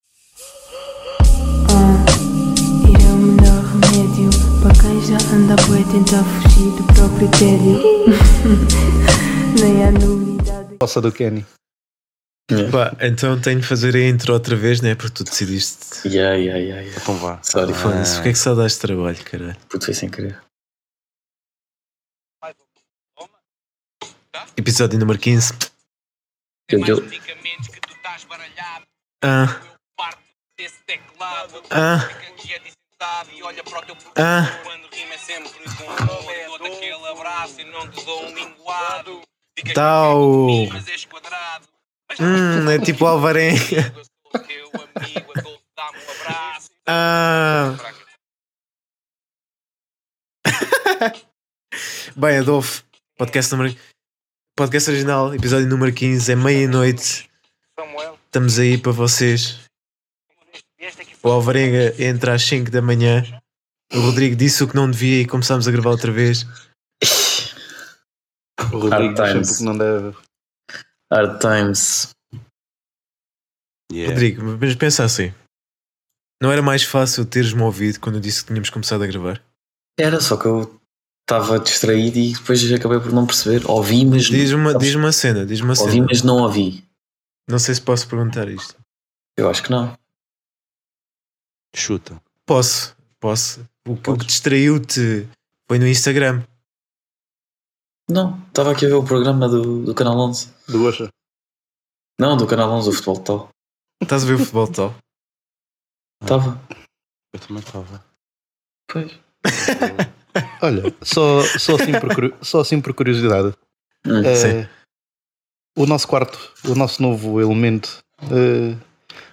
É Anda boa tentar fugir do próprio tédio. Nem há novidade. Calça do Kenny. Pá, então tenho de fazer a intro outra vez, né? Porque tu decidiste. Yeah, yeah, yeah, yeah. Então vá. Sorry, Foda-se, porque é que só dás trabalho, caralho? puto, foi sem querer. Episódio número 15. É mais Eu- antigamente que tu estás baralhado, Ah, eu parto desse teclado. ah, Fica aqui a dificuldade e olha para o teu produto. Ah. Quando rima é sempre com eu dou é aquele abraço e não te dou um linguado. Fica Tau. aqui, mas és quadrado. Mas hum, é tipo Alvarenga. eu sou o teu amigo, eu dou- dá-me um abraço. Ah, bem, Adolfo, podcast número. Podcast original, episódio número 15, é meia-noite. Samuel, Estamos aí para vocês. este aqui O Alvarenga entra às 5 da manhã. O Rodrigo disse o que não devia e começámos a gravar outra vez. O Rodrigo Hard diz sempre times. o que não deve. Hard times. Rodrigo, mas pensa assim. Não era mais fácil teres-me ouvido quando eu disse que tínhamos começado a gravar? Era só que eu estava distraído e depois acabei por não perceber. Ouvi, mas Diz uma, sabes? diz uma cena, diz uma ouvi, cena. mas não ouvi. Não sei se posso perguntar isto. Eu acho que não. Chuta. Posso, posso. O que, o que distraiu-te foi no Instagram. Não, estava aqui a ver o programa do, do Canal 11. Do Osha. Não, do Canal 11, do futebol de tal. Estás a ver o futebol tal? Ah. Estava. Eu também estava. Pois. Olha, só, só, assim por, curi- só assim por curiosidade. Hum, eh, Sim. o nosso quarto, o nosso novo elemento, eh,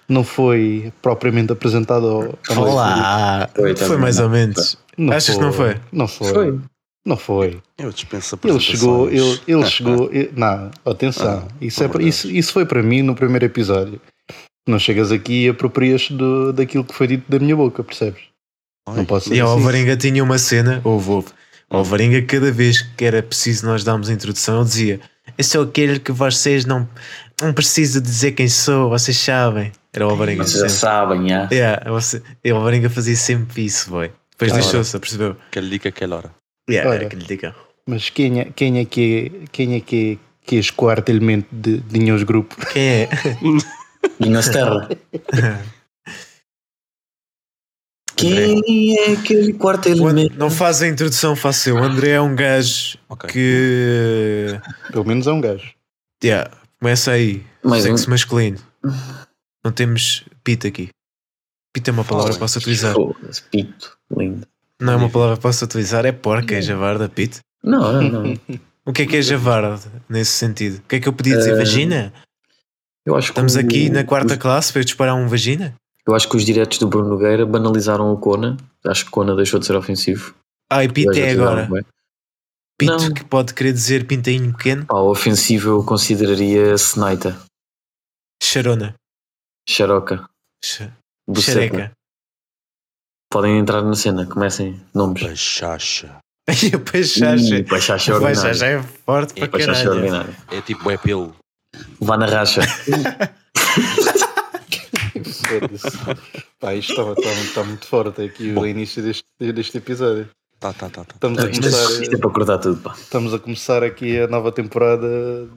não foi propriamente apresentado ao, ao Olá! Foi, tá Foi bem, mais não. ou menos. Achas que não foi? Não foi. Foi. Não foi. Eu dispenso Ele chegou, ele, apresentações. ele chegou. ele- não, atenção. Ah, isso, é pelo pra- amor de isso, isso foi para mim no primeiro episódio. Não chegas aqui e aproprias do, daquilo que foi dito da minha boca, percebes? Não Ai, posso E dizer o assim. Alvarenga tinha uma cena, houve, houve. O Alvarenga, cada vez que era preciso nós darmos a introdução, ele dizia: Eu sou aquele que vocês não, não precisam dizer quem sou, vocês sabem. Era o Alvarenga. Vocês já sempre. sabem, é. já. Yeah, você, e o Alvarenga fazia sempre isso, boy. Depois Ah, Tá deixou-se, percebeu? Que ele diga aquela hora. Yeah, Olha. era aquele dica. Mas quem é, quem é que é, quem é que é, que é este quarto elemento de, de Ninhos Grupo? Quem é? Inglaterra. Quem é aquele quarto O And- elemento? Não faz a introdução fácil. O André é um gajo Ok. que. Pelo menos é um gajo. Yeah, começa aí. Mais um. Sexo masculino. Não temos pita aqui. Pita é uma palavra que posso utilizar. Foda-se, Pito, lindo. Não é uma palavra que posso utilizar, é porca, é javarda, pita. Não, não, não. O que é que é javarda nesse sentido? O que é que eu podia dizer? Eh, Vagina? Eu acho Estamos que o- aqui na quarta os- classe para eu disparar um vagina? Eu acho que os diretos do Bruno Nogueira banalizaram o Kona. Acho que o Kona deixou de ser ofensivo. Ah, e pita Já é te dava agora. bem. Pito Não. que pode querer dizer pintainho pequeno. Pá, o ofensivo eu consideraria Senaita, Charona. Xaroca, Ch- Buceta. Xereca. Podem entrar na cena, comecem nomes. Bachacha. E Ih, o Peixacha. Paixacha é O ordinário. Peixacha é forte para Paixacha é caralho. ordinário. É tipo, é pelo. Vá na racha. Pá, isto está, está- está muito forte aqui o início deste, deste episódio. Tá, tá, tá. tá. Estamos a, Isto é- isto é começar, para cortar tudo, pá. estamos a começar aqui a nova temporada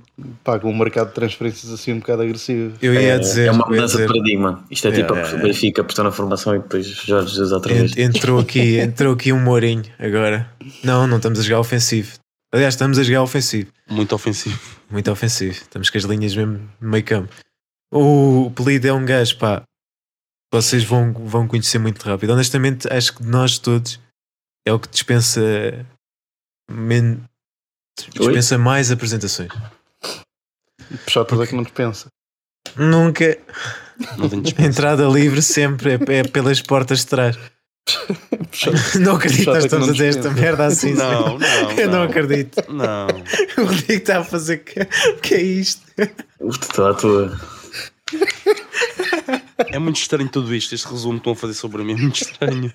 pá, com um mercado de transferências assim um bocado agressivo. Eu ia dizer. É uma eu ia mudança de dizer. paradigma. Isto é Yeah, tipo a yeah, yeah. Benfica apostou na formação e depois Jorge Jesus outra vez. Ent- Entrou aqui, entrou aqui um Mourinho agora. Não, não estamos a jogar ofensivo. Aliás, estamos a jogar ofensivo. Muito ofensivo. Muito ofensivo. Estamos com as linhas mesmo no meio campo. O Pelido é um gajo, pá. Vocês vão, vão conhecer muito rápido. Honestamente, acho que de nós todos é o que dispensa. men- dispensa mais apresentações. Puxar tudo é que não te pensa. Nunca. Não tenho dispensa. Entrada livre sempre é, é pelas portas de trás. Não acredito que nós Puxada que estamos não a dizer esta dispensa. merda assim. Não, não. Eu não acredito. Não. O Rodrigo está a fazer que, que é isto? Estou tá à tua. É muito estranho tudo isto. Este resumo que estão a fazer sobre mim é muito estranho.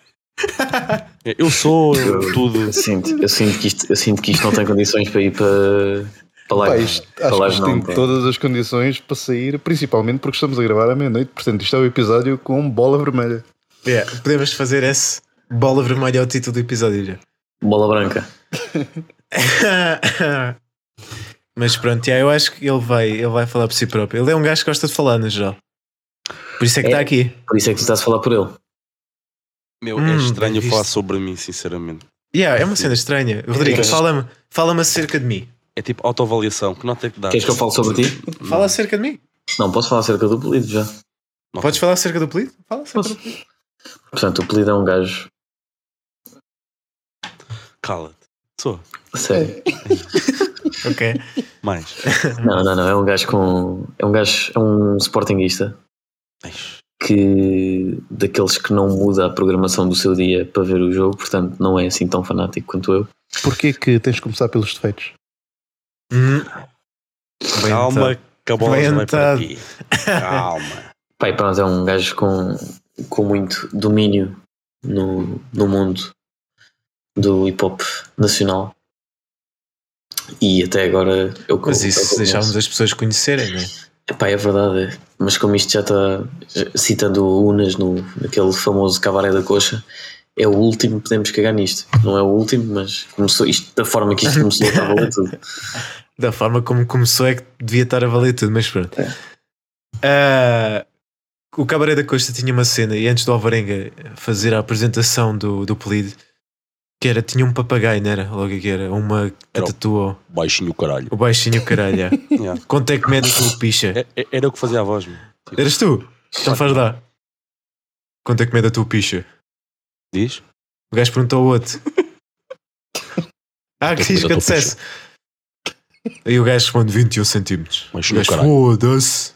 É, Eu sou eu, tudo. Eu sinto, eu, sinto que isto, eu sinto que isto não tem condições para ir para, para Pá, live. isto, Para acho que live isto não, tem pá. todas as condições para sair, principalmente porque estamos a gravar à meia-noite. Portanto, isto é o episódio com bola vermelha. É, podemos fazer esse bola vermelha ao título do episódio já. Bola branca. Mas pronto, yeah, eu acho que ele vai, ele vai falar por si próprio. Ele é um gajo que gosta de falar, no geral. Por isso é que É. está aqui. Por isso é que tu estás a falar por ele. Meu, Hum, é estranho bem falar visto. sobre mim, sinceramente. Yeah, é uma cena estranha. Rodrigo, É. fala-me fala acerca de mim. É tipo autoavaliação, que nota é que dá? Queres que eu fale sobre ti? Fala acerca de mim. Não, posso falar acerca do apelido já. Não. Podes falar acerca do apelido? Fala acerca Posso. do apelido. Portanto, o apelido é um gajo. Cala-te. Sou. a Sério. Ok. Mais. Não, não, não. É um gajo com. É um gajo. É um sportinguista que. daqueles que não muda a programação do seu dia para ver o jogo, portanto não é assim tão fanático quanto eu. Porquê que tens de começar pelos defeitos? Hum. Bem, Calma, então. que a bola não é para Ventado. ti. Calma. Pai, pronto, é um gajo com. com muito domínio no, no mundo do hip hop nacional. E até agora eu Mas eu- isso eu- deixávamos as pessoas conhecerem, né? Epá, é verdade, mas como isto já está já- citando o Unas no, naquele famoso cabaré da coxa, é o último que podemos cagar nisto. Não é o último, mas começou isto da forma que isto começou, estava ali tudo. Da forma como começou é que devia estar a valer tudo, mas pronto. Ah, o Cabaré da Costa tinha uma cena e antes do Alvarenga fazer a apresentação do, do apelido, que era, tinha um papagaio, não era? Logo que era, uma Era o- catatua, Baixinho o caralho. o baixinho caralho. Yeah. Quanto é que mede o picha? É- é- Era o que fazia a voz, meu. Eras tu? Então faz lá. Quanto é que mede a tua picha? Diz? O gajo perguntou ao outro. Ah, que diz que eu dissesse. E o gajo responde 21 centímetros. Mas o gajo, caralho. foda-se.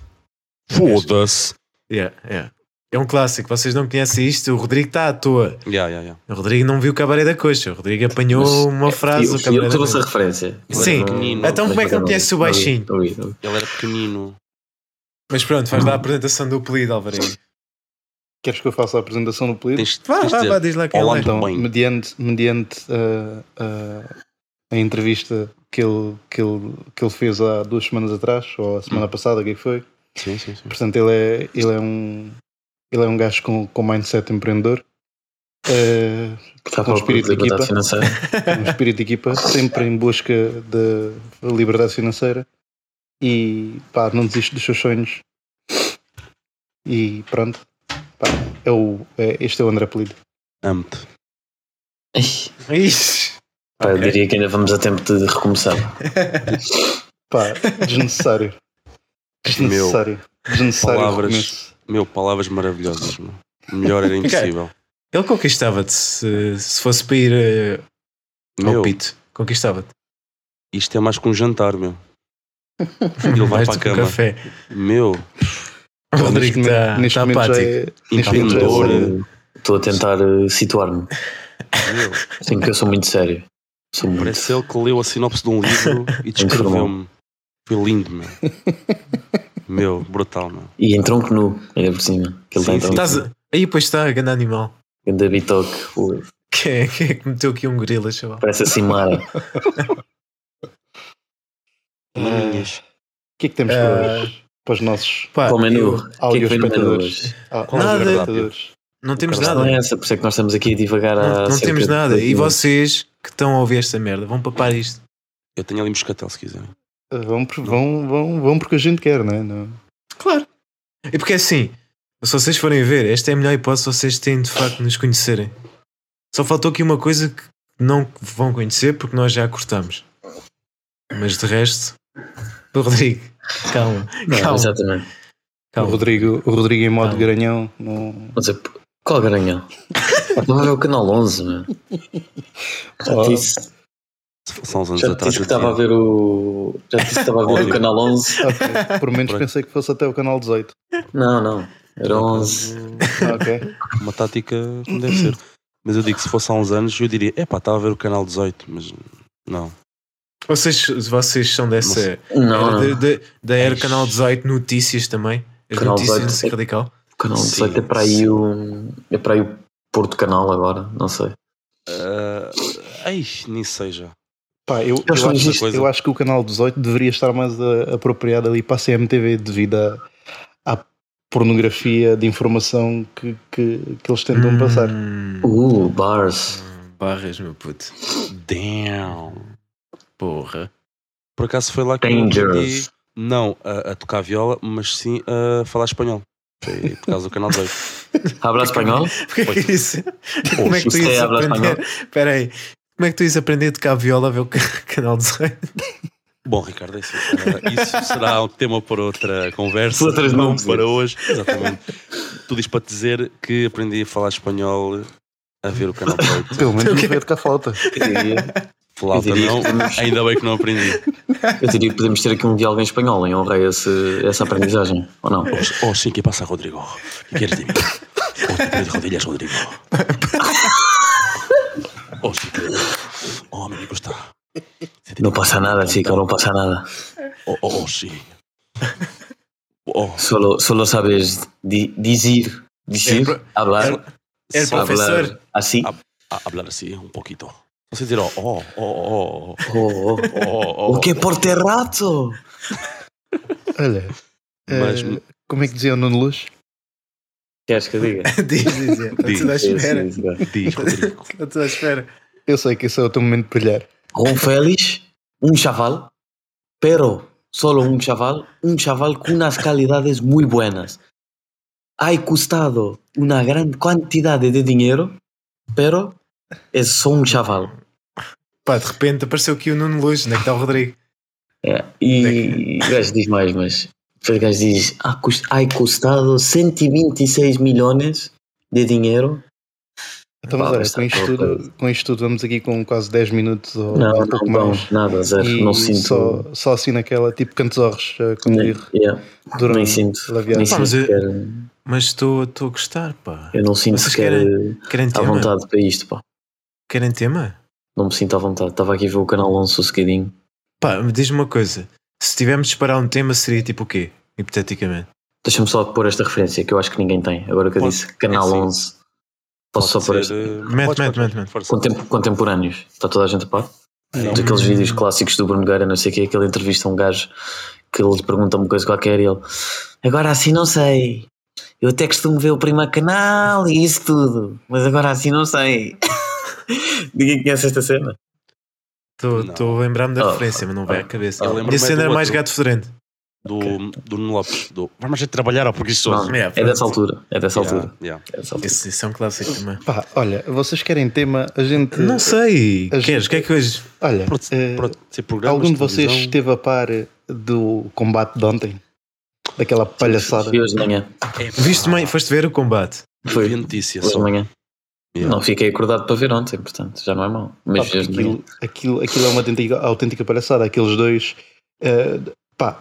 Foda-se. Yeah, yeah. É um clássico, vocês não conhecem isto. O Rodrigo está à toa. Yeah, yeah, yeah. O Rodrigo não viu o Cabaré da Coxa. O Rodrigo apanhou Mas uma frase eu, do eu, Cabaré da trouxe a Coxa. referência. Sim. Então como é que não conheces o baixinho? Ele era pequenino. Mas pronto, faz lá a apresentação do apelido, Alvarenga. Queres que eu faça a apresentação do apelido? Tens, Vá, tens vá, de vá, dizer. diz lá quem Olá, ele é. Então, Bem. mediante, mediante ah, ah, a entrevista que ele, que, ele, que ele fez há duas semanas atrás, ou a semana passada, o que é que foi? Sim, sim, sim. Portanto, ele é, ele é um ele é um gajo com, com mindset empreendedor, eh, Está Com com o espírito de espírito equipa. de financeira. um espírito de equipa, sempre em busca da liberdade financeira e pá, não desiste dos seus sonhos. E pronto, pá, é o, é- este é o André Polido. Amo-te. Ih, Ixi. pá, Eu diria que ainda vamos a tempo de recomeçar. Pá, desnecessário. Desnecessário. Desnecessário. Palavras. recomeço. Meu, palavras maravilhosas, meu. Melhor era impossível. Ele conquistava-te se, se fosse para ir eh, ao Meu, pito. Conquistava-te. isto é mais que um jantar, meu. Ele vai Vais-te para a cama. café. Meu, O Rodrigo Neste está momento- neste momento já está tá- apático. é- neste momento já é empreendedor. sério. Estou a tentar eh, situar-me. Meu, Sim, porque eu sou muito sério. Sou muito. parece ele que leu a sinopse de um livro e descreveu-me. Foi lindo, meu. Meu, brutal, meu. E em tronco nu, ainda por cima. Que ele Sim, tem sim. tronco Estás nu. a- Aí pois está, grande animal. Ganda bitoque, ui, Quem é, quem é que meteu aqui um gorila, chaval? parece assim Mara. Maminhas. O que é que temos para, Ah. hoje? para os nossos Pá, Qual o menu? Ah, eu- O que é que vem no menu hoje? Ah, Qual é o áudio cardápio? espectadores? não A temos questão nada. é essa, por isso é que nós estamos aqui a divagar Não, há não cerca temos de nada. 20 E minutos. vocês que estão a ouvir esta merda, vão papar isto. Eu tenho ali moscatel, se quiserem. Ah, Vão, por- vão, vão, vão porque a gente quer, não é? Não. Claro. E porque assim, se vocês forem ver, esta é a melhor hipótese vocês têm de facto de nos conhecerem. Só faltou aqui uma coisa que não vão conhecer porque nós já a cortamos. Mas de resto, Rodrigo, calma, Não, calma, exatamente. O, calma. Rodrigo, o Rodrigo em modo Não. garanhão. Não... Mas, é- qual garanhão? Não vai ver o canal 11, meu. Já te disse, Só uns anos já te atrás. disse que eu estava a tinha- ver o. Já te disse que estava a ver o Ódio. canal 11. Ok, Por menos Pronto. pensei que fosse até o canal 18. Não, não. Era 11. É, Ah, ok. Uma tática como deve ser. Mas eu digo, se fosse há uns anos, eu diria, epá, estava a ver o canal 18, mas não. Vocês, vocês são dessa. Não, Era não. de- O de- da era Canal 18 Notícias também. As Canal notícias 18. desse radical. canal Sim, 18 é para aí o. É para aí o Porto Canal agora, não sei. Ah, Ai, nem sei já. Pá, eu, Eles eu, são acho, coisa. eu acho que o canal 18 deveria estar mais ah, apropriado ali para a CMTV devido à- à Hum. pornografia de informação que, que, que eles tentam passar. Hum, Uh, Bars. barras, meu puto. Damn. Porra. Por acaso foi lá que eu aprendi, Dangerous. não a, a tocar viola, mas sim a falar espanhol. Foi por causa do canal 2. Abra espanhol? Porquê que é isso? Como é que tu Isto é ias habla aprender? Espera aí. Como é que tu ias aprender a tocar viola a ver o ca- canal 18? Bom, Ricardo, é isso, Eh, isso será um tema para outra conversa, Outras não não, pois. para hoje. Exatamente. Tudo isto para te dizer que aprendi a falar espanhol a ver o canal 8. Pelo menos não veio tocar flauta. Eu diria, Flauta Então, Eu diria não, que temos- ainda bem que não aprendi. eu diria que podemos ter aqui um diálogo em espanhol em honra a esse- essa aprendizagem, ou não? Oh, sim, que passa, Rodrigo? Que queres de mim? Oh, te pido rodillas, Rodrigo. Oh, sí, querido. Oh, me gusta. Se te Não gusta, passa nada, chico, não passa nada. Oh, oh, oh, sí. Oh, Solo, solo sabes di, dizer, dizer, É, hablar, é, é, hablar professor. assim. Ah. a- hablar así un poquito. No sé decir, oh, oh, oh, oh, Oh, oh. oh, oh, oh. O que é porterrato? Olha, Mas- eh, como é que dizia o Nuno Luz? Queres que eu diga? Diz, diz. é. Estou tudo à espera. Diz, Rodrigo. Estou à espera. Eu sei que esse é o teu momento de brilhar. Ron Félix, un chaval, pero solo un chaval, un chaval con unas calidades muy buenas. Ha costado una gran cantidad de dinero, pero es solo un chaval. Pá, de repente apareceu aqui o Nuno Luz. Onde é que está o Rodrigo? É, E o gajo diz mais, mas depois o gajo diz: "Ah, cust- ai custado 126 milhões de dinheiro. Então, mas Pá, olha, mas com isto, tá tudo, tudo. com isto tudo vamos aqui com quase 10 minutos ou Não, ou um não, pouco não, mais. nada, zero. E não sinto. só, só assim naquela, tipo cantos quando nem, ir yeah, durante nem sinto. a viagem. Nem Pá, sinto mas eu- sequer, Mas estou estou a gostar, pá. eu não sinto Vocês sequer querem- Querem à tema? vontade para isto, pá. Querem tema? Não me sinto à vontade. Estava aqui a ver o canal 11 sossegadinho. Pá, me diz-me uma coisa. Se tivermos de parar um tema, seria tipo o quê? Hipoteticamente. Deixa-me só pôr esta referência que eu acho que ninguém tem. Agora que eu Pode- disse canal é assim. 11. Posso só pôr Pode esta. ser, eh, Mete, podes, mete, podes, mete, mete. força. Contem- Contemporâneos. Está toda a gente a par? Não. Daqueles aqueles vídeos clássicos do Bruno Gueira, não sei o que, aquela entrevista a um gajo que ele lhe pergunta uma coisa qualquer e ele agora assim não sei. Eu até costumo ver o primeiro canal e isso tudo, mas agora assim não sei. Ninguém conhece esta cena. Estou Não. estou a lembrar-me da Ah, referência, mas não vai à cabeça. eu E lembro-me a cena do era mais outro. gato fedorento. Do, do Nuno Lopes. Do, vamos a trabalhar ao preguiçoso. Não, é, é pronto. dessa altura. É dessa Yeah, altura. yeah. É dessa altura. Esse, esse é um clássico também. Pá, olha, vocês querem tema, a gente. Não sei. As- Queres? O que é que hoje. Olha, Pronto, eh, pronto, ser programas, algum de vocês televisão. esteve a par do combate de ontem? Daquela palhaçada? E hoje de manhã. Viste bem? Foste ver o combate? Foi. Vi a notícia Hoje de só. manhã. Yeah. Não fiquei acordado para ver ontem, portanto, já não é mau. Ah, Pá, Mas porque hoje de manhã. aquilo, aquilo, aquilo é uma autêntica, autêntica palhaçada. Aqueles dois. eh, pá,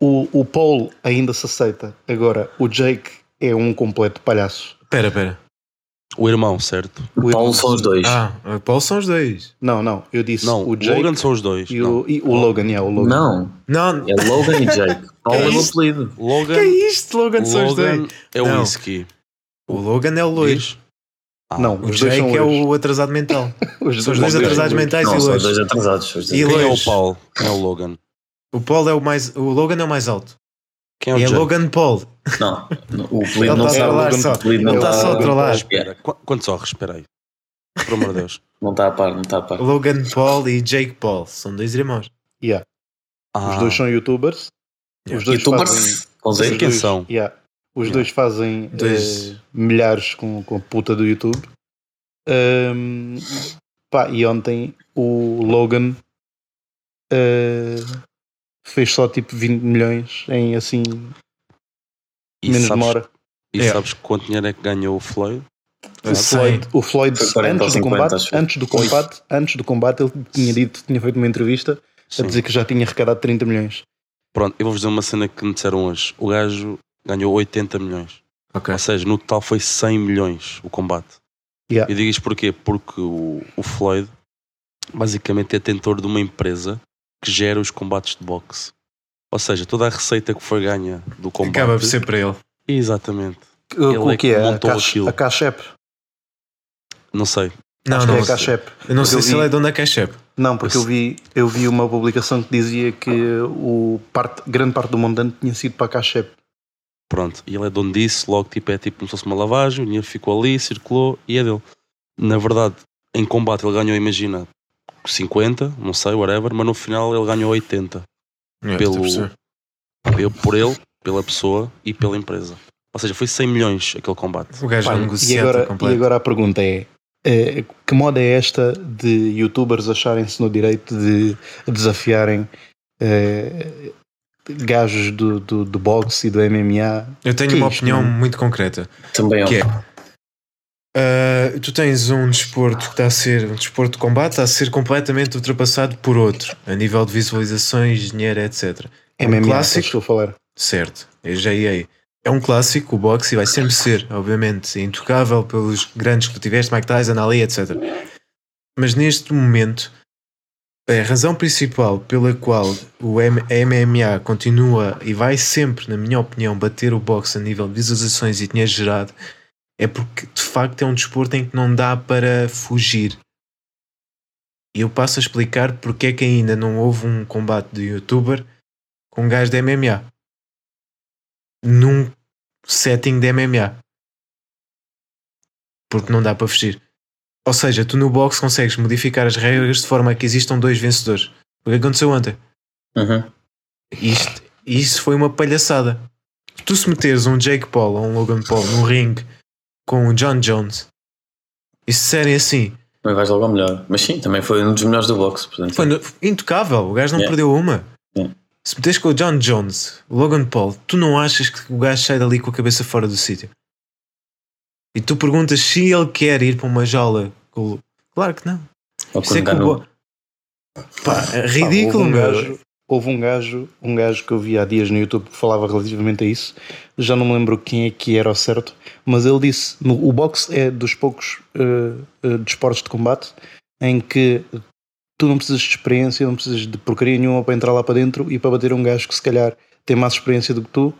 o, o Paul ainda se aceita. Agora, o Jake é um completo palhaço. Espera, espera. O irmão, certo? O Paulo irmão- são os dois. Ah, Paulo são os dois. Não, não, eu disse Não, o o Jake Logan são os dois. e, não. o, e o Logan. Yeah, o Logan. Não, Não. é Logan e Jake. Paulo é o isso? apelido. Que é Logan, isto? Logan, são os dois. Logan é o Não. whisky. O Logan é o loiro. Diz? Ah, Não, O os dois são Jake é loiros. o atrasado mental. Os São os dois são atrasados loiros. mentais Não, e são os loiros. dois atrasados. os dois E Quem é loiros. o Paul? Quem é o Logan? O Paulo é o mais. O Logan é o mais alto. Quem é o E é Jake? Logan Paul. Não, não, o Ele apelido não está a está trollar Logan só. Paul. apelido Ele não tá- está está- só a trollar. Espera, qu- quantos horas? Espera aí. Por amor de Deus. Não está a par, não está a par. Logan Paul e Jake Paul. São dois irmãos. Yeah. Os Ah, dois são youtubers. Yeah. Os dois fazem. Youtubers com os Z. quem dois- são? yeah. Os Yeah. dois fazem Dois- eh, milhares com, com a puta do YouTube. Ahm, pá, e ontem o Logan eh, fez só tipo 20 milhões em assim e menos sabes, de uma hora. E Yeah. sabes quanto dinheiro é que ganhou o Floyd? O Floyd, o Floyd Foi 40 antes, ou do 50, combate, acho eu. antes do combate, antes do combate, ele tinha dito, tinha feito uma entrevista a Sim. dizer que já tinha arrecadado 30 milhões. Pronto, eu vou-vos dizer uma cena que me disseram hoje. O gajo ganhou 80 milhões. Ok. Ou seja, no total foi 100 milhões o combate. Yeah. Eu digo isto porquê? Porque o, o Floyd basicamente é tentor de uma empresa que gera os combates de boxe. Ou seja, toda a receita que foi ganha do combate. Acaba por ser para ele. Exatamente. Ele O é que que é? A montou Cash- aquilo. A Cachep. Não sei. Não, Acho que não. é a Cachep. Eu não Porque sei eu se vi- ele é dono da Cashep. Não, porque eu Esse- vi, eu vi uma publicação que dizia que uh, o parte, grande parte do montante tinha sido para a Cachep. Pronto. E ele é dono disso, logo tipo, é tipo como se fosse uma lavagem, o dinheiro ficou ali, circulou e é dele. Na verdade, em combate ele ganhou, imagina, 50, não sei, whatever, mas no final ele ganhou 80. É, Pelo- estou a perceber. Eu por ele, pela pessoa e pela empresa. Ou seja, foi 100 milhões aquele combate. O gajo é Pá, um e, negociante agora, e completo. agora a pergunta é: eh, que moda é esta de youtubers acharem-se no direito de desafiarem eh, gajos do, do, do boxe e do MMA? Eu tenho Que é uma isto, opinião não? muito concreta. Também é. Que é. ah, tu tens um desporto que está a ser um desporto de combate, está a ser completamente ultrapassado por outro, a nível de visualizações, dinheiro, etc. Um MMA, clássico. estás tu É a falar. Certo, eu já ia. É um clássico, o boxe, e vai sempre ser, obviamente, intocável pelos grandes que tu tiveste, Mike Tyson, Ali, etc. Mas neste momento, a razão principal pela qual o M- a MMA continua e vai sempre, na minha opinião, bater o boxe a nível de visualizações e dinheiro gerado é porque de facto é um desporto em que não dá para fugir. E eu passo a explicar porque é que ainda não houve um combate de youtuber com um gajo de MMA num setting de MMA porque não dá para fugir. Ou seja, tu no box consegues modificar as regras de forma a que existam dois vencedores. O que aconteceu ontem? Uhum. Isto, isso foi uma palhaçada. Tu se meteres um Jake Paul ou um Logan Paul num ringue com o John Jones e se disserem assim, Mas vais logo ao melhor. Mas sim, também foi um dos melhores do boxe, portanto. foi no- intocável, o gajo não Yeah. perdeu uma. Yeah. Se meteres com o John Jones, o Logan Paul, tu não achas que o gajo sai dali com a cabeça fora do sítio? E tu perguntas se ele quer ir para uma jaula com o... Claro que não. Ou Isso é quando que o ganhou. bo- Pá, é Pá, houve ridículo, um meu. gajo, houve um gajo, um gajo que eu vi há dias no YouTube que falava relativamente a isso. Já não me lembro quem é que era o certo, mas ele disse: no- o boxe é dos poucos eh, eh, desportos de combate em que tu não precisas de experiência, não precisas de porcaria nenhuma para entrar lá para dentro e para bater um gajo que se calhar tem mais experiência do que tu.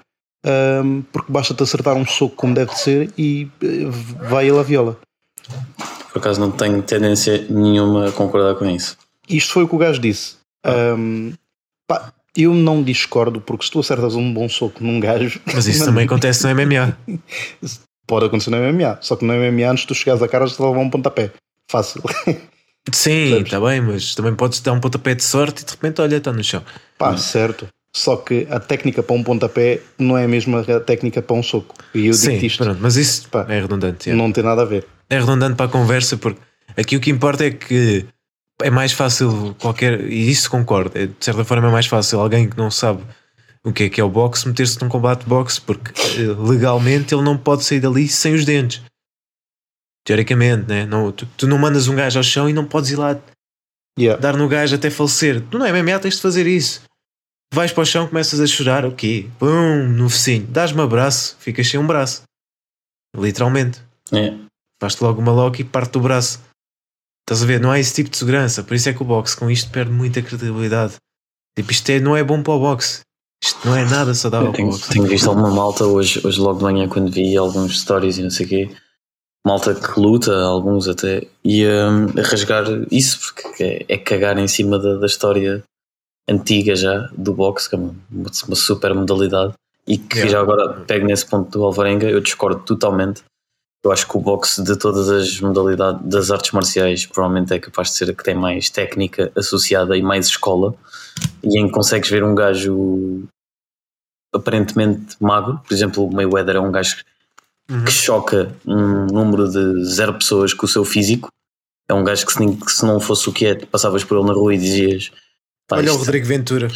ahm, porque basta-te acertar um soco como deve de ser e eh, vai ele à viola. Por acaso não tenho tendência nenhuma a concordar com isso. Isto foi o que o gajo disse. Ahm, pá, eu não discordo, porque se tu acertas um bom soco num gajo, Mas isso também acontece no MMA. pode acontecer no MMA. Só que no MMA, antes de tu chegares a cara, te levar um pontapé. Fácil. Sim, Percebes? está bem, mas também podes dar um pontapé de sorte e de repente, olha, está no chão. Pá, certo. Só que a técnica para um pontapé não é a mesma técnica para um soco. E eu Sim, digo isto pronto, mas isso Pá. é redundante. é. não tem nada a ver. É redundante para a conversa, porque aqui o que importa é que é mais fácil qualquer. E isso concordo, é, de certa forma é mais fácil alguém que não sabe o que é que é o boxe meter-se num combate de boxe, porque eh, legalmente ele não pode sair dali sem os dentes. Teoricamente, né? não, tu, tu não mandas um gajo ao chão e não podes ir lá Yeah. dar no gajo até falecer. Tu não é MMA, tens de fazer isso. Vais para o chão, começas a chorar, o quê? Pum, no focinho. Dás-me abraço, ficas sem um braço. Literalmente. É. Faz-te logo uma lock e parte do braço. Estás a ver? Não há esse tipo de segurança. Por isso é que o boxe com isto perde muita credibilidade. Tipo, isto é- não é bom para o boxe. Isto não é nada saudável Eu para o tenho, boxe. tenho visto alguma malta hoje, hoje logo de manhã quando vi alguns stories e não sei o quê. Malta que luta, alguns até, e hum, a rasgar isso, porque é, é cagar em cima da, da história antiga já do boxe, que é uma, uma super modalidade, e que Yeah. já agora pego nesse ponto do Alvarenga, eu discordo totalmente. Eu acho que o boxe de todas as modalidades das artes marciais provavelmente é capaz de ser a que tem mais técnica associada e mais escola, e em que consegues ver um gajo aparentemente magro, por exemplo, o Mayweather é um gajo Uhum. que choca um número de zero pessoas com o seu físico. É um gajo que se, nin- que se não fosse o que é, tu passavas por ele na rua e dizias. "Pá, Olha o isto- é-" Rodrigo Ventura.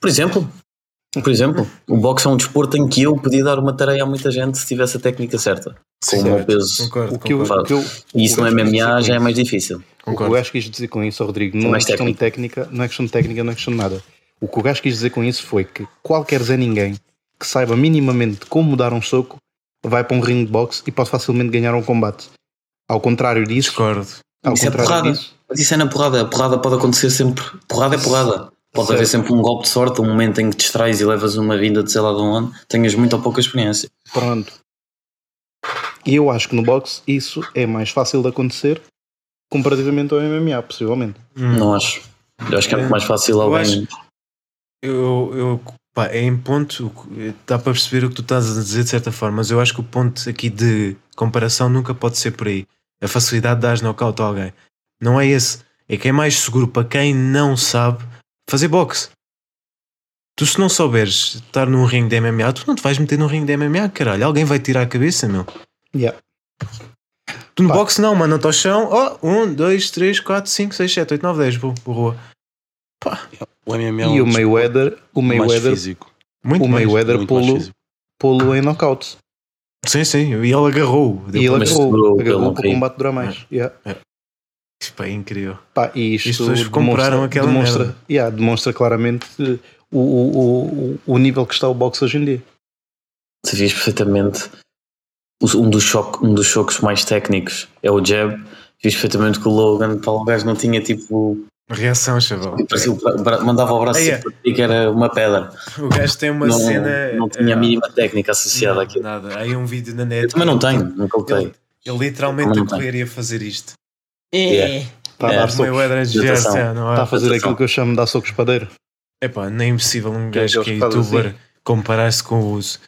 Por exemplo, por exemplo, o boxe é um desporto em que eu podia dar uma tareia a muita gente se tivesse a técnica certa. Com o meu Certo. peso. Concordo, O que eu, concordo. o que eu, E isso o no gajo quis dizer MMA com já é isso- mais difícil. O que o Concordo. gajo quis dizer com isso, Rodrigo, não é Mais questão de técnica, não é questão de técnica, não é questão de nada. O que o gajo quis dizer com isso foi que qualquer Zé Ninguém que saiba minimamente como dar um soco vai para um ring de boxe e pode facilmente ganhar um combate. Ao contrário disso, Discordo. ao Isso é contrário porrada. disso, Mas isso é na porrada. A porrada pode acontecer sempre. Porrada é porrada. Pode haver sempre um golpe de sorte, um momento em que distrais e levas uma vinda de sei lá de onde, tenhas muito ou pouca experiência. Pronto. E eu acho que no boxe isso é mais fácil de acontecer comparativamente ao MMA, possivelmente. Hum. Não acho. Eu acho que é muito mais fácil Eu alguém. acho- Eu, eu pá, é em ponto, o que- dá para perceber o que tu estás a dizer de certa forma, mas eu acho que o ponto aqui de comparação nunca pode ser por aí. a facilidade de dar knockout a alguém. Não é esse. É que é mais seguro para quem não sabe fazer boxe. Tu se não souberes estar num ringue de MMA, tu não te vais meter num ringue de MMA, caralho. Alguém vai tirar a cabeça, meu. Yeah. Tu no Pá. boxe não, mano, ao chão. Oh, 1, 2, 3, 4, 5, 6, 7, 8, 9, 10. Boa. O MMA é E um o desporto Mayweather, o mais Mayweather, físico. Muito o mais. Mayweather muito mais pô-lo físico. pô-lo em knockout. Sim, sim. E ele agarrou. E ele mas agarrou, durou, ele um agarrou não para o caiu. combate durar mais. É. Yeah. Pá, é incrível. Pá, e E as isto pessoas compraram aquela demonstra, merda. yeah, demonstra claramente eh, o, o, o, o nível que está o boxe hoje em dia. Sabias perfeitamente os- um dos, choque, um dos choques mais técnicos é o jab. Vias perfeitamente que o Logan Paulo o gajo não tinha tipo. Reação, chaval. parecia o bra- bra- mandava o braço Ah, e yeah. que era uma pedra. O gajo tem uma não, cena. não tinha a Ah, mínima técnica associada não, àquilo. Nada. Aí um vídeo na Eu net. também não tenho, nunca o tenho. Ele, ele literalmente Também a não correr e a fazer isto. Yeah. Está a É, dar mas O meu socos. era de Hidratação. geração, não Está a é? fazer Atenção. Tá aquilo que eu chamo de dar socos padeiro. Epá, nem é impossível um Que é gajo que é aqueles que assim? fazem youtuber comparar-se com os,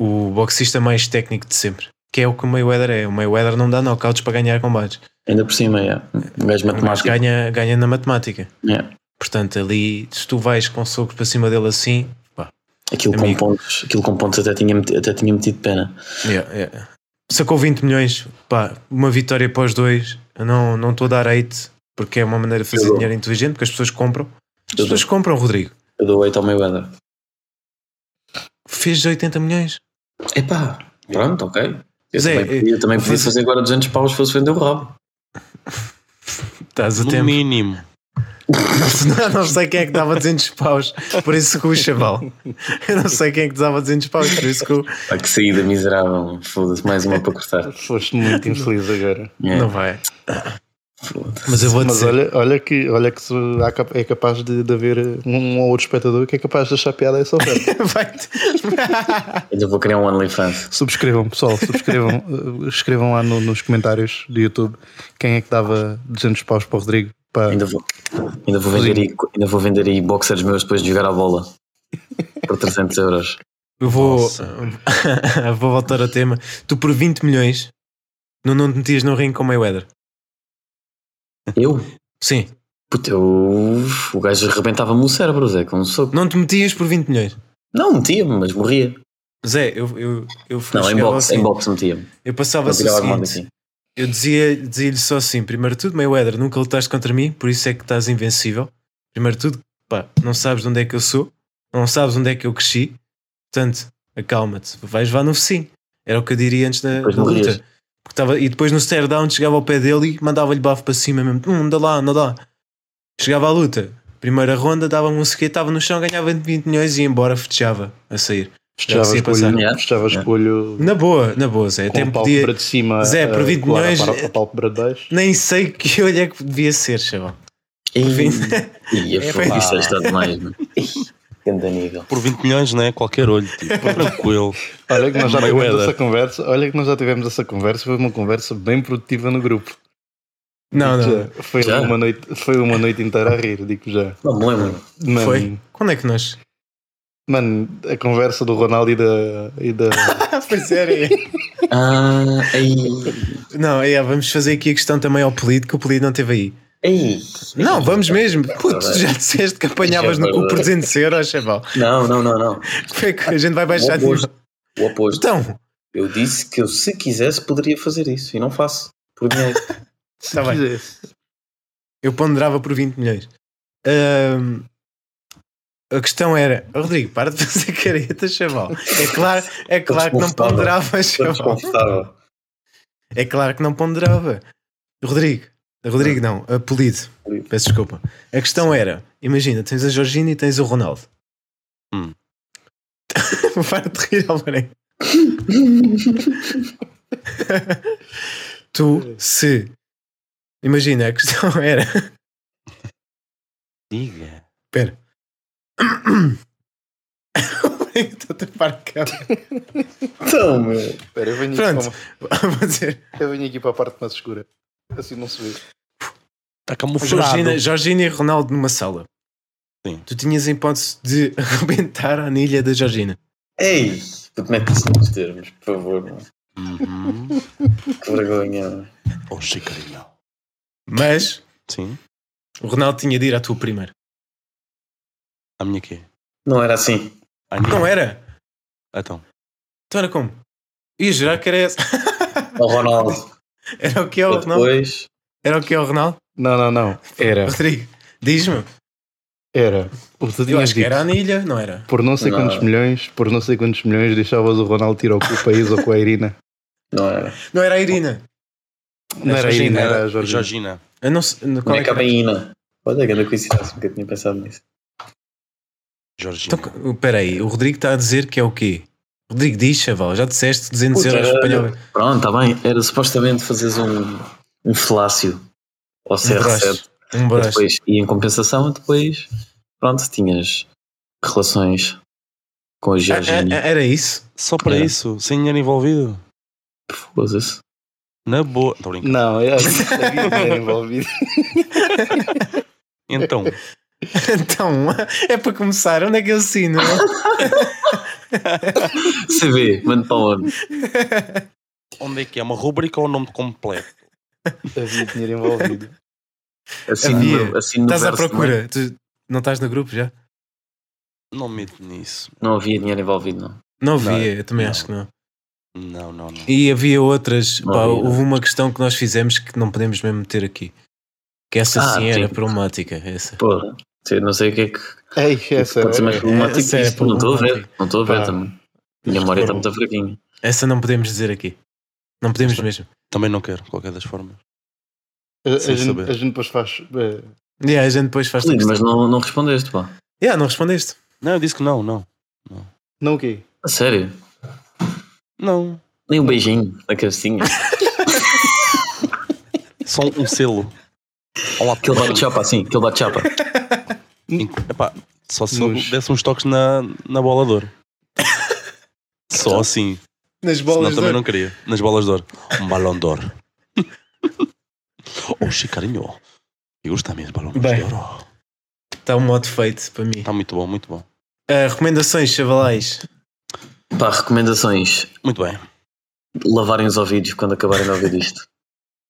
o boxista mais técnico de sempre. Que é o que o Mayweather é. O Mayweather não dá knockouts para ganhar combates. Ainda por cima, é. Um gajo O gajo matemático. É. ganha, ganha na matemática. yeah. Portanto, ali, se tu vais com socos para cima dele assim, pá, Aquilo, com Amigo. pontos, aquilo com pontos até tinha, meti- até tinha metido pena. Yeah, yeah. Sacou 20 milhões, pá, uma vitória para os dois. Eu não não estou a dar hate, porque é uma maneira de fazer Eu dou. dinheiro inteligente, porque as pessoas compram. As Eu dou, pessoas compram, Rodrigo. eu dou 8 ao Mayweather. Fez 80 milhões. Epá, pronto, ok. Eu Zé, eh, também, podia, eu também podia fazer- fazer agora 200 paus se fosse vender o rabo. Estás a No tempo. mínimo. Não, não sei quem é que dava 200 paus por esse cu, chaval. Eu não sei quem é que dava 200 paus por esse cu. Ah, que saída miserável. Foda-se, mais uma para cortar. Foste muito infeliz agora. É, Não vai. foda-se. Mas eu vou Mas dizer. olha, olha que, olha que se há cap- é capaz de, de haver um ou outro espectador que é capaz de achar piada a essa oferta. Vai-te. Ainda vou criar um OnlyFans. subscrevam, pessoal, subscrevam. eh, Escrevam lá no- nos comentários do YouTube quem é que dava 200 paus para o Rodrigo. Para... Ainda vou, ainda, vou vender aí, ainda vou vender aí boxers meus depois de jogar a bola. Por 300 euros. Eu vou. Nossa. vou voltar ao tema. Tu por 20 milhões não, não te metias no ringue com o Mayweather. Eu? Sim. Puta, eu, o gajo arrebentava-me o cérebro, Zé, com um soco. Não te metias por 20 milhões. Não, metia-me, mas morria. Zé, eu, eu, eu fui Não, em chegava ao boxe, em seguinte. boxe metia-me. Eu passava-se o Tirava as mãos seguinte. assim. Eu dizia- dizia-lhe só assim: primeiro de tudo, Mayweather, nunca lutaste contra mim, por isso é que estás invencível. Primeiro de tudo, pá, não sabes de onde é que eu sou, não sabes onde é que eu cresci, portanto, acalma-te, vais vá no focinho. Era o que eu diria antes da, Depois da morrias. luta. Porque tava, e depois no stare down chegava ao pé dele e mandava-lhe bafo para cima mesmo: hum, dá lá, não dá. Chegava à luta, primeira ronda, dava-me um sequer, estava no chão, ganhava 20 milhões e ia embora, festejava a sair. Festejava Sim, escolho, assim, passar. né? É. festejava Yeah. escolho Na boa, na boa, Zé. com um Até a me pálpebra podia, de cima. Zé, por eh, 20 colar a milhões, pá- a pálpebra de baixo. nem sei que olho é que devia ser, chaval. Ih, Enfim. Ia, É, foda, foi- isso aí está demais, mano. Grande nível. Por 20 milhões, né? Qualquer olho, tipo, tranquilo. Olha que nós já Mayweather. tivemos essa conversa. Olha que nós já tivemos essa conversa. Foi uma conversa bem produtiva no grupo. Não, não. Já. Foi Já? uma noite, foi uma noite inteira a rir, digo já. Não é me lembro. Mano, Foi? Quando é que nós? mano, a conversa do Ronaldo e da e da Foi sério. Ah, aí. não, é, vamos fazer aqui a questão também ao Polido, que o Polido não teve aí. Ei! Não, vamos mesmo. Puto, tu já disseste que apanhavas no cu por 200 euros, chaval. Não, não, não, não. Como é que a gente vai baixar de O oposto. nível? O oposto. Então, Eu disse que eu, se quisesse, poderia fazer isso e não faço. Por dinheiro. tá bem. eu ponderava por 20 milhões. Ahm, a questão era, Rodrigo, para de fazer caretas, chaval. É claro, é claro que não ponderava, Estou chaval. desconfortável. É claro que não ponderava. Rodrigo, Ah. Rodrigo não, apelido. Polido. Peço desculpa. A questão era: imagina, tens a Georgina e tens o Ronaldo. Hum. Para de rir, Alvarém. tu, se. Imagina, a questão era: Diga. Espera. Estou a tapar a cara. Então, meu. Espera, eu venho aqui Pronto. para Vou dizer. uma- eu venho aqui para a parte mais escura. Assim não se vê. Está Tá camuflado. Georgina, Georgina e Ronaldo numa sala. Sim. Tu tinhas a hipótese de arrebentar a anilha da Georgina. é Ei! Puto, mete isso nos termos, por favor, mano. Uhum. Que vergonha. Oh, chicarinho. Mas Sim. o Ronaldo tinha de ir à tua primeira. A minha quê? Não era assim. A minha? Não é? era? Então. Então era como? Ia jurar que era essa. O Ronaldo. Era o que é o Ronaldo? Depois. Era o que é o Ronaldo? Não, não, não. Era. Rodrigo, diz-me. Era. O que É. tu Eu tinhas acho que dito. era a anilha, não era? Por não sei quantos Não. milhões, por não sei quantos milhões, deixavas o Ronaldo tirar o cu o país ou com a Irina. Não era. Não era a Irina. Não era a Irina, era a Jorginho. Jorgina. Eu não sei. no- Qual é Nem que era? cabaína. Olha, grande coincidência, nunca tinha pensado nisso. Jorgina. Então, espera aí, o Rodrigo está a dizer que é o quê? Rodrigo, diz, chaval, já disseste 200 Puta, euros era- espanhol. Pronto, está bem. Era supostamente fazeres um, um falácio ao Um CR7. broche. Um e, broche. depois, e em compensação, depois, pronto, tinhas relações com a Ah, ah, Georgina. ah, Era isso? Só para É. isso? Sem dinheiro envolvido? Foda-se. Na boa. Estou brincando. Não, eu acho que sabia que era envolvido. Então. Então, é para começar, onde é que eu assino? CV, manda para onde? Onde é que é? Uma rubrica ou o nome completo? Havia dinheiro envolvido. Assim, Havia. no, assim no Estás à verso, Não, procura? Tu não estás no grupo já? Não me meto nisso. é? Não havia dinheiro envolvido, não. Não havia, Não, eu também não. acho que não. Não, não, não. E havia outras, Não pá, havia, não. houve uma questão que nós fizemos que não podemos mesmo meter aqui. Que essa Ah, sim era sim. problemática. Essa. Porra. Eu não sei o que é que Ei, essa pode ser mais era. problemático. essa é que isto. não estou a ver. Não estou a ver Pá. também. Minha memória está muito fraquinha. Essa não podemos dizer aqui. Não podemos mesmo. Também não quero, de qualquer das formas. A, a Sem gente, saber. a gente depois faz. eh, Yeah, a gente depois faz esta Lindo, questão. Mas não, não respondeste, pá. Yeah, não respondeste. Não, eu disse que não, não. não o quê? A sério. Não. Nem um beijinho na cabecinha. Só um selo. Olá, Aquele bate-chapa assim, aquele bate-chapa. Epá, só se Nos- eu desse uns toques na, na bola de ouro. Só assim. Nas Senão bolas. também não queria. Nas bolas de ouro. Um balão de ouro. oh, Chicarinho. Eu gosto também de balão de Bem. ouro. Está um modo feito para mim. Está muito bom, muito bom. Ah, recomendações, chavalais. Pá, recomendações. Muito bem. Lavarem os ouvidos quando acabarem de ouvir isto.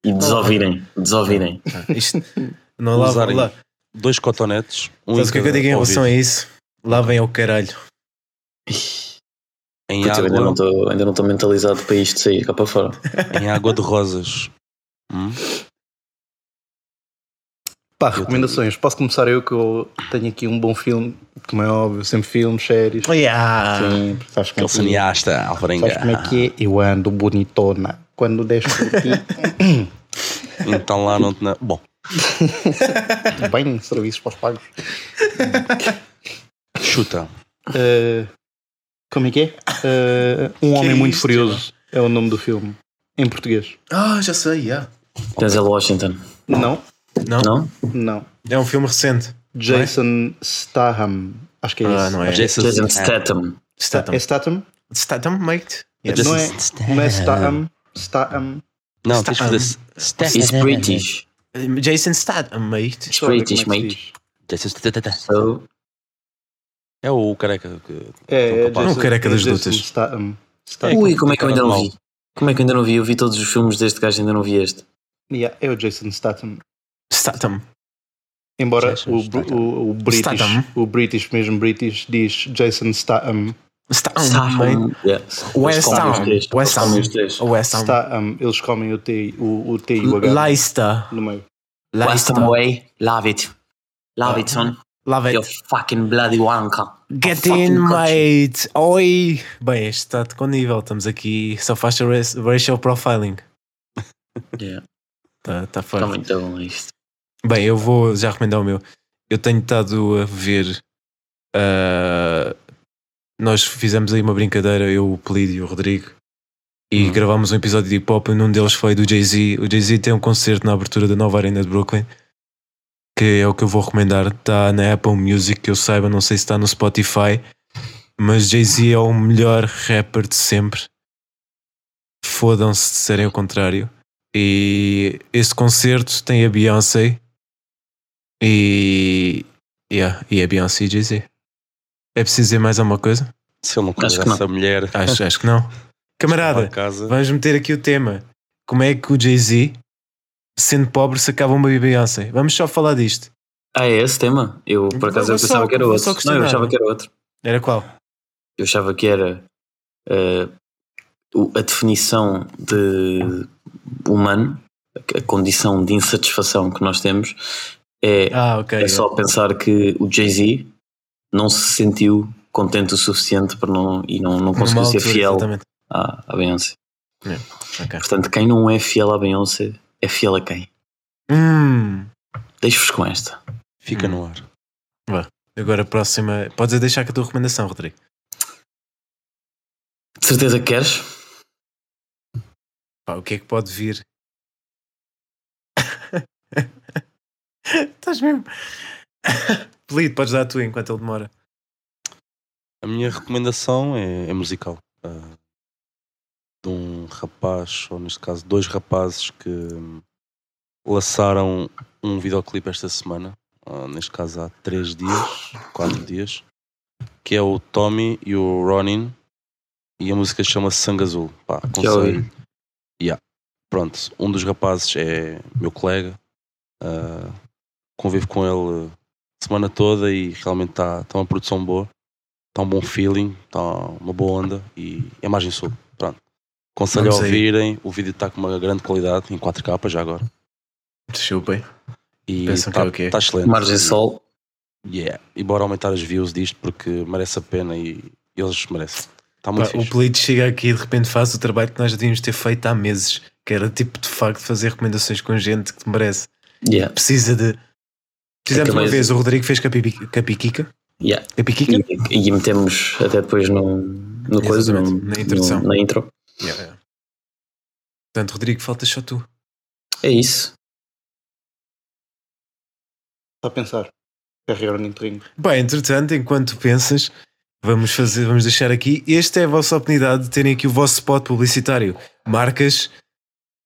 E desouvirem, desouvirem. Ah, isto- não lava Usarem lá. Dois cotonetes. Um Mas o que é que eu cada digo em relação a ouvido. isso? Lavem ao caralho. Em Puta, eu ainda não água, estou- ainda não estou mentalizado para isto sair cá para fora. em água de rosas. Hum? Pá, tenho- recomendações. Posso começar eu que eu tenho aqui um bom filme, como é óbvio, sempre filmes, séries. Yeah. Sempre. Sabes como é que Aquele é? cineasta, Alvarenga. Sabes como é que é? Eu ando bonitona. Quando deixo por ti, Então lá não te. na- Bom, bem, serviços para os pagos. chuta. Eh, como é que é? Eh, um Que Homem é Muito isto, Furioso é o nome do filme. Em português. Ah, já sei, yeah. Denzel Washington. Não, Não? Não? não. É um filme recente. Jason Statham. Acho que é Ah, isso. não é? Jason Jason Statham. Statham. Statham. É Statham? Statham, mate. Yes. Não é- Statham. Não é Statham? Statham. Não, tens de fazer He's Statham. British. Jason Statham, mate. He's Deixa eu ver British, como é que mate. se diz. Jason Statham. So, É o careca que. É, é Não, Jason- careca das Jason lutas. Statham. Statham. ui, como é que eu ainda não vi? Como é que eu ainda não vi? Eu vi todos os filmes deste gajo, ainda não vi este. Yeah, é o Jason Statham. Statham. Embora Jason o, br- Statham. o, o British, Statham. o British mesmo British diz Jason Statham. Ah, Statham, mate. é Statham. Yeah. Eles West comem os Ham. três. Eles West Ham. comem os três. West Ham. Statham, eles comem o T, o, o T e o H Leicester. no meio. Last Leicester. time away, love it. Love it, son. Love Your it. fucking bloody wanker. Get tá fucking in, country. mate. Oi. Bem, este está de com nível. Estamos aqui. Só faz o rac- racial profiling. Yeah, Está tá Está forte. muito bom isto. Bem, eu vou já recomendar o meu. Eu tenho estado a ver. ah, nós fizemos aí uma brincadeira, eu, o Polido e o Rodrigo, e gravámos um episódio de hip hop. Num deles foi do Jay-Z. O Jay-Z tem um concerto na abertura da nova Arena de Brooklyn, que é o que eu vou recomendar. Está na Apple Music, que eu saiba, não sei se está no Spotify, mas Jay-Z é o melhor rapper de sempre. Fodam-se se disserem o contrário. E esse concerto tem a Beyoncé e, yeah, e a Beyoncé e Jay-Z. É preciso dizer mais alguma coisa? Se ele não Acho conhece que não. essa mulher. Acho, acho que não. Chegava Camarada, a casa. vamos meter aqui o tema. Como é que o Jay-Z, sendo pobre, sacava uma Beyoncé? Vamos só falar disto. Ah, é esse tema? Eu, por Vou- acaso, eu vou só- pensava que era vou outro. só Não, eu questionar. achava que era outro. Era qual? Eu achava que era eh, o- a definição de humano, a condição de insatisfação que nós temos, é Ah, ok. É só pensar que o Jay-Z não se sentiu contente o suficiente para não, e não, não Numa conseguiu ser altura, fiel exatamente. à, à Beyoncé. Ok. Portanto, quem não é fiel à Beyoncé é fiel a quem? Hum, Deixo-vos com esta. Fica no ar. agora a próxima. Podes deixar com a tua recomendação, Rodrigo. De certeza que queres? Pá, o que é que pode vir? Estás mesmo. Polido, podes dar a tua enquanto ele demora. A minha recomendação é, é musical. ah, de um rapaz, ou neste caso, dois rapazes que hum, lançaram um videoclipe esta semana. ah, neste caso, há três dias, quatro dias. Que é o Tommy e o Ronin. E a música chama-se Sangue Azul. Pá, Já aconselho. ouvi. pronto, um dos rapazes é meu colega, ah, convivo com ele a semana toda e realmente está tá uma produção boa, está um bom feeling, está uma boa onda e é margem sul. Pronto. Aconselho a Vamos aí. ouvirem, o vídeo está com uma grande qualidade, em 4K já agora. Desculpem. E Pensam que está é o quê? tá excelente. Margem Sol. Yeah. E bora aumentar as views disto porque merece a pena e eles merecem. Está Pá, muito o fixe. Polito chega aqui e de repente faz o trabalho que nós já devíamos ter feito há meses, que era tipo de facto fazer recomendações com gente que te merece. Yeah. Precisa de. Fizemos uma É mais- vez, o Rodrigo fez com a Pipi- com a Piquica. Yeah. Com a Piquica? E, e metemos até depois no, no coisa, no, Exatamente, na introdução. no- na intro. Yeah, yeah. Portanto, Rodrigo, faltas só tu. É isso. a pensar. Carregar o Nintendo. Bem, entretanto, enquanto pensas, vamos fazer, vamos deixar aqui. Esta é a vossa oportunidade de terem aqui o vosso spot publicitário. Marcas,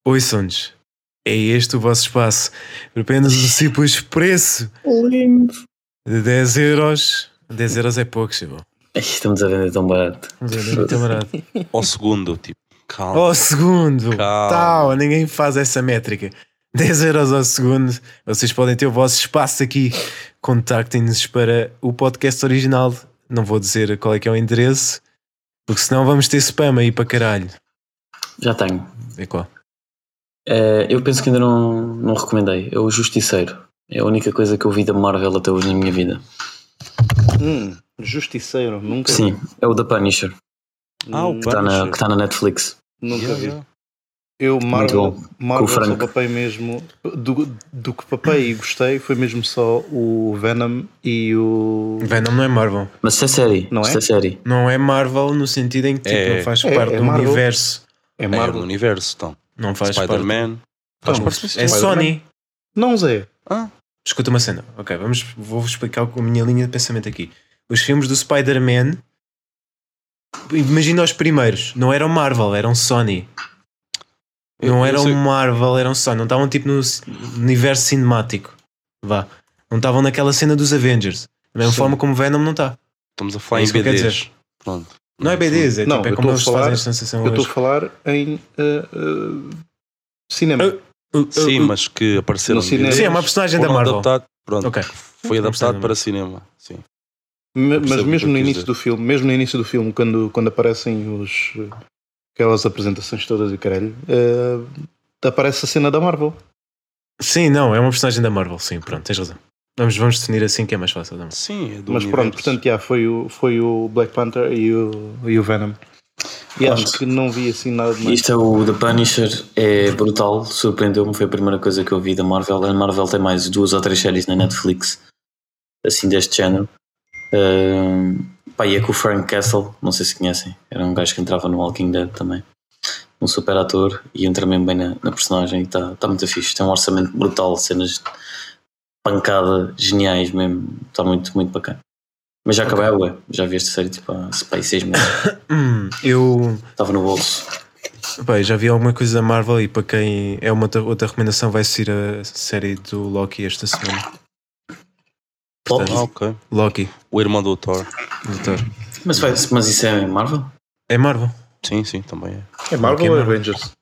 ouçam-nos. É este o vosso espaço. Por apenas o simples preço de 10 euros. 10 euros é pouco, Chibão. Ai, Estamos a vender tão barato. Vamos ver, é muito barato. Ao segundo, tipo, calma. Ao segundo, Calma. tal, ninguém faz essa métrica. 10 euros ao segundo, vocês podem ter o vosso espaço aqui. Contactem-nos para o podcast original. Não vou dizer qual é que é o endereço, porque senão vamos ter spam aí para caralho. Já tenho. É qual? Eh, eu penso que ainda não, não recomendei. É o Justiceiro. É a única coisa que eu vi da Marvel até hoje na minha vida. Hum, justiceiro, nunca Sim, é o da Punisher, Ah, o Hum, que está na, Punisher. que tá na Netflix. Nunca Yeah, vi. yeah. Eu, Marvel, bom. Marvel Com o só Frank. papei mesmo. Do, do que papei e gostei foi mesmo só o Venom e o. Venom não é Marvel. Mas isto é série. Não isto é? é série. Não é Marvel no sentido em que tipo, É. não faz É, parte é do Marvel. universo. É É no Marvel. universo, então. Não faz parte. Spider-Man. Faz Não, parte do É Spider-Man. Sony. Não, Zé. Escuta uma cena. Ok, vamos, vou explicar com a minha linha de pensamento aqui. Os filmes do Spider-Man, imagina os primeiros, não eram Marvel, eram Sony. Eu- Não um- eu eram sei- Marvel, eram Sony. Não estavam tipo no ci- universo cinemático. Vá. Não estavam naquela cena dos Avengers. Da mesma Sim. forma como Venom não está. Estamos a falar É em isso que eu quero BDs. dizer. Pronto. Não é BDs, é, Não, tipo, é eu como tô a eles falar- fazem a sensação Eu estou a hoje. falar em ah, ah, cinema. Ah, Sim, mas que apareceram. No cinema. Sim, é uma personagem da Foram Marvel. adaptado- pronto, Ok. foi Personagem. adaptado para cinema. Sim. Me- Mas percebo o que mesmo tu no quis início dizer. do filme, mesmo no início do filme, quando, quando aparecem os, eh, aquelas apresentações todas e caralho, eh, aparece a cena da Marvel. Sim, não, é uma personagem da Marvel. Sim, pronto, tens razão. Vamos, vamos definir assim que é mais fácil. não é? Sim, é do Mas universo. pronto, portanto, já, foi, o, foi o Black Panther e o, e o Venom. E Pronto. acho que não vi assim nada de mais. Isto é o da Punisher, é brutal, surpreendeu-me, foi a primeira coisa que eu vi da Marvel. A Marvel tem mais duas ou três séries na Netflix, assim deste género. Ahm, pá, e é com o Frank Castle, não sei se conhecem, era um gajo que entrava no Walking Dead também. Um super ator e entra mesmo bem na, na personagem e está tá muito fixe. Tem um orçamento brutal, cenas de pancada geniais mesmo, está muito, muito bacana. Mas já acabei, ué, já vi esta série tipo há pá, aí seis meses, Hum, eu estava no bolso. Pá, eu já vi alguma coisa da Marvel e para quem é uma outra, outra recomendação vai ser a série do Loki esta semana. Loki. Ah, ok. Loki, O irmão do Thor. doutor. Mas, vai, mas isso é Marvel? É Marvel. Sim, sim, também é. É Marvel Ok, ou Marvel. Avengers?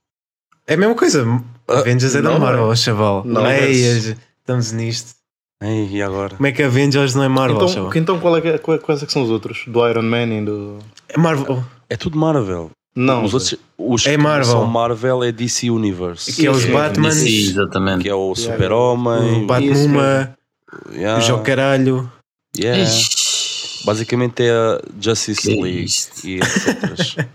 É a mesma coisa. Avengers é da Ah, não, Marvel, ó, chaval. Não, Ei, mas- estamos nisto. Ei, e agora? Como é que Avengers não é Marvel, Então, chaval? que- então qual é, que- qual- quais é que são os outros? Do Iron Man e do. É Marvel. É tudo Marvel. Não. os outros, os É que não Marvel. são Marvel é DC Universe. Que é os Sim, Batman, Sim, exatamente. Que é o Yeah. Super-Homem, o Isso Ah, Batmuma, yeah, o Jogo Caralho. é- yeah. Basicamente é a Justice Que League isto. e etc.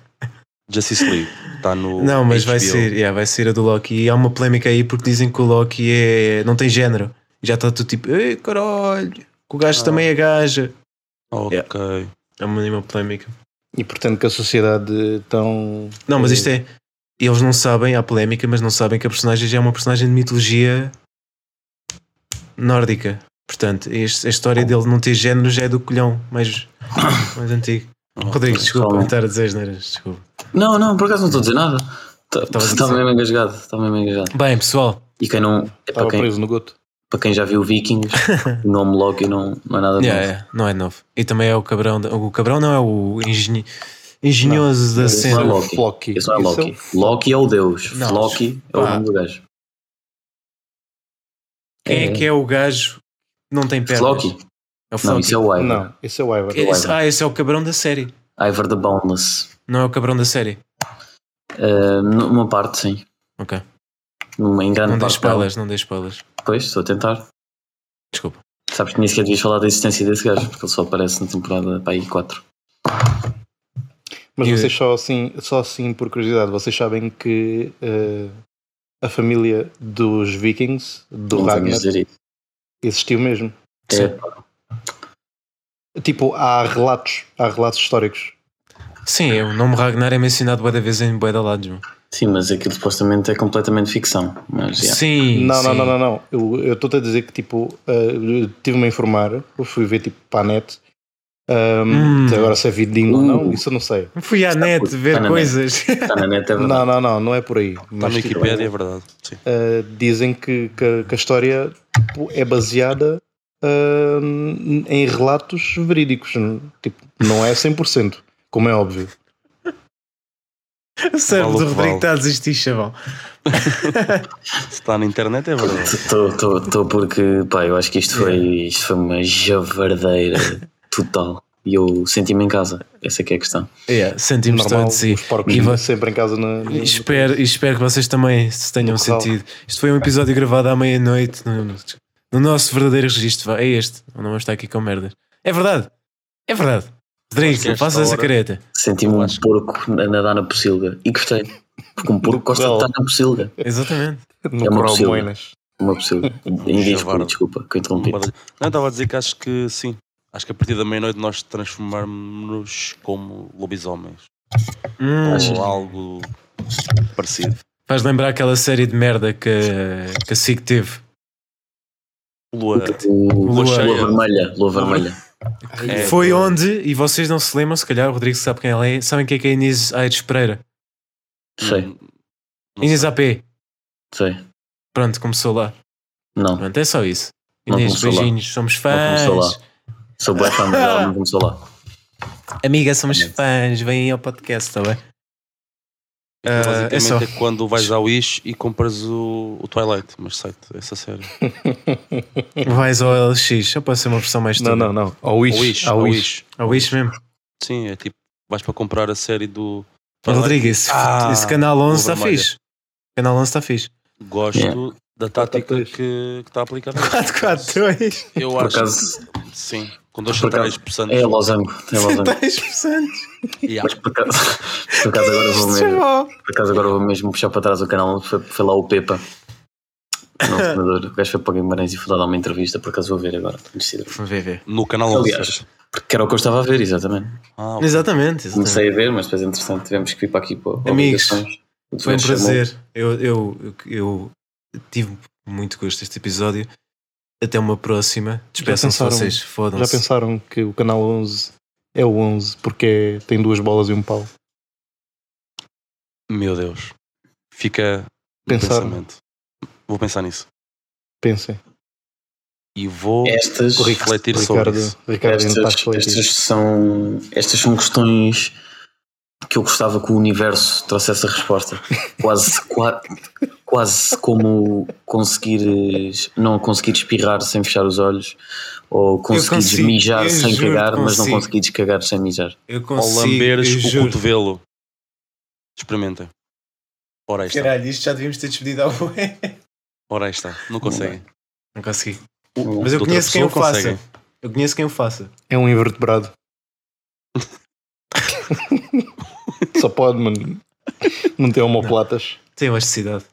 Justice League está no. Não, mas vai HBO. ser, yeah, vai ser a do Loki. E há uma polémica aí porque dizem que o Loki é, não tem género. Já está tudo tipo, ei caralho, que o gajo Ah. também é gaja. Ok. Tá É uma, uma polémica. E pretendo que a sociedade tão. Não, mas isto é. Eles não sabem, há polémica, mas não sabem que a personagem já é uma personagem de mitologia nórdica. Portanto, este- a história dele não ter género já é do colhão mais, mais antigo. Rodrigo, desculpa, Calma. estar a dizer as neiras, desculpa. Não, não, por acaso não estou a dizer nada. Estavas a Estava dizer. mesmo engasgado. Estava mesmo engasgado. Bem, pessoal, E quem não. É para Ah, Estava quem, preso no goto. para quem já viu Vikings, o nome Loki não, não é nada novo. yeah, é, não é novo. E também é o cabrão, de- o cabrão não é o engenhe- engenhoso da Esse cena. é o Loki. Floki. Esse não é Esse é Loki. o Loki é o Deus. Não. Loki é o Pá. nome do gajo. Quem é que é o gajo que não tem pernas? Loki? É o Floki. Não, isso é o Ivar. Não, esse é o Ivar. Que- esse- ah, esse é o cabrão da série. Ivar the Boundless. Não é o cabrão da série. Ah, numa parte, sim. Ok. Numa, em grande Não dei parte. dela. spoilers, não dei spoilers. Pois, estou a tentar. Desculpa. Sabes que nem sequer devias falar da existência desse gajo, porque ele só aparece na temporada pá, aí 4. Mas E- vocês só assim, só assim por curiosidade, vocês sabem que eh, a família dos vikings, do Não tenhas Ragnar, de dizer isso. existiu mesmo. É, Tipo, há relatos, há relatos históricos. Sim, o nome Ragnar é mencionado boa da vez em boa da lados, meu. sim, mas aquilo supostamente é completamente ficção. Mas, yeah. Sim, não, não, sim. não, não, não. Eu eu estou-te a dizer que, tipo, eh, eu tive-me a informar, eu fui ver, tipo, para a net. Ahm, Hum. se Agora se é vidinho ou não, Uh. isso eu não sei. Fui à net puto. ver Está na coisas. Está na net, é verdade. Não, não, não, não é por aí. Está Mas, na tipo, Wikipedia, é verdade. Sim. Uh, dizem que, que- que a história tipo, é baseada uh, em relatos verídicos. Tipo, não é 100%, como é óbvio. O cérebro Vale o do Rodrigo que vale. está a desistir, chavão. Se está na internet, é verdade. Estou porque, pá, eu acho que isto foi, isto foi uma javardeira total. E eu senti-me em casa. Essa é que é a questão. Yeah, sentimos Normal, todos e os porcos e vo- vivem sempre em casa na. na- e espero, e espero que vocês também se tenham No local. sentido. Isto foi um episódio gravado à meia-noite no, no- no nosso verdadeiro registro. vá, É este. Não vamos estar aqui com merdas. É verdade. É verdade. Acho que Rodrigo, esta faça essa hora- careta. Senti-me Eu um acho porco a nadar na pocilga. E gostei. Porque um porco gosta de corral. estar na pocilga. Exatamente. no é uma Coral possível. Moinas. Uma pocilga. Em javarde. disco, desculpa, que eu interrompi. Não, estava a dizer que acho que sim. Acho que a partir da meia-noite nós transformarmos-nos como lobisomens. Hum, Ou algo parecido. faz lembrar aquela série de merda que, que a SIC teve. Lua. O- é Lua Lua cheia. vermelha. Lua vermelha. É, Foi Lua. onde, e vocês não se lembram, se calhar o Rodrigo sabe quem ela é, sabem quem é que é a Inês Aires Pereira? Sei, Não Inês sei. AP. sei. Pronto, começou lá. Não, não Pronto, é só isso. Não Inês, começou lá. beijinhos, somos começou fãs. lá. Sou bué fã, mas ela não começou lá. Amiga, somos fãs, vem aí ao podcast, está bem? Então, Ah, é só. basicamente é, quando vais ao Wish e compras o, o Twilight, mas site, essa série. Vais ao LX, só pode ser uma versão mais É. Não, não, não. Ao Ao Wish. Wish, Ao ao Wish. Wish. Ao Wish mesmo. Sim, é tipo, vais para comprar a série do Twilight. Rodrigo, esse, Ah, esse canal 11 está vermelha. fixe. Canal 11 está fixe. Gosto Yeah. da tática Quatro, que, que está aplicada. 4, 4, 2. Eu Por acho acaso, que sim, com dois Por chantrais acaso, possantes. é losango. É losango. 10%. Mas por acaso, por acaso agora vou Tá mesmo. Por acaso agora vou mesmo puxar para trás o canal onde foi, foi lá o Pepa. O nosso senador. O gajo foi para o Guimarães e foi lá dar uma entrevista, por acaso vou ver agora. tenho de decidir. Vamos ver, ver. No canal 11. Aliás, porque era o que eu estava a ver, exatamente. Ah, ok. Exatamente, exatamente. Comecei a ver, mas depois entretanto tivemos que vir para aqui para Amigos, obrigações. O Foi um Deus chamou. prazer. Eu, eu, eu tive muito gosto deste episódio. Até uma próxima. Despeçam-se pensaram- vocês. Já Fodam-se. pensaram que o canal 11 é o 11 porque é- tem duas bolas e um pau? Meu Deus. Fica no Pensaram? pensamento. Vou pensar nisso. Pensem. E vou Estas, refletir sobre Ricardo, isso. Ricardo, ainda está estas, refletido. estas, são, estas são questões que eu gostava que o universo trouxesse a resposta. Quase, qua- quase como conseguires não conseguir espirrar sem fechar os olhos, ou conseguires consigo, mijar eu sem juro que cagar, mas não consigo. conseguires cagar sem mijar. Eu Ou consigo. eu lamberes o juro. cotovelo. Experimentem. Ora aí está. Caralho, isto já devíamos ter despedido ao bué. Ora aí está. Não conseguem. Não consegui. O- Mas eu de outra conheço quem o pessoa faça. conseguem. Eu conheço quem o faça. É um invertebrado. Só pode, mano. Não tem homoplatas. Tem elasticidade.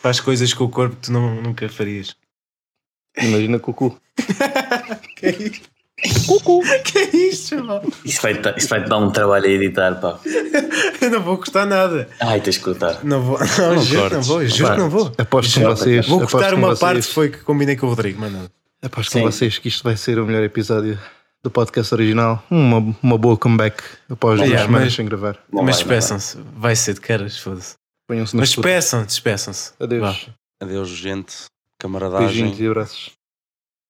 Faz coisas com o corpo que tu não, nunca farias. Imagina cucu. que é isto? que é isto, chaval? Isso vai-te dar- isso vai-te dar um trabalho a editar, pá. Eu não vou cortar nada. Ai, tens que cortar. Não vou. Não, Não juro, que não cortes. vou. Juro que não vou. Aposto com Já, vocês. Vou aposto cortar com uma vocês- parte que foi que combinei com o Rodrigo, mano. Aposto com Sim. vocês que isto vai ser o melhor episódio do podcast original. Uma, uma boa comeback após duas Yeah, semanas mas- sem gravar. Não vai, não vai. Mas despeçam-se. Vai ser de caras, foda-se. Ponham-se na Mas escuta. despeçam-se, despeçam-se. Adeus. Adeus, gente. Camaradagem. Beijinhos e abraços.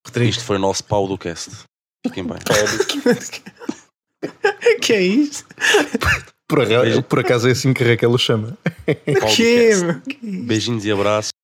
Rodrigo. Isto foi o nosso pau do cast. Fiquem bem. que é isto? Por, acaso- por acaso é assim que a Raquel o chama. Pau do Que é, cast. meu? Que é isto? Beijinhos e abraços.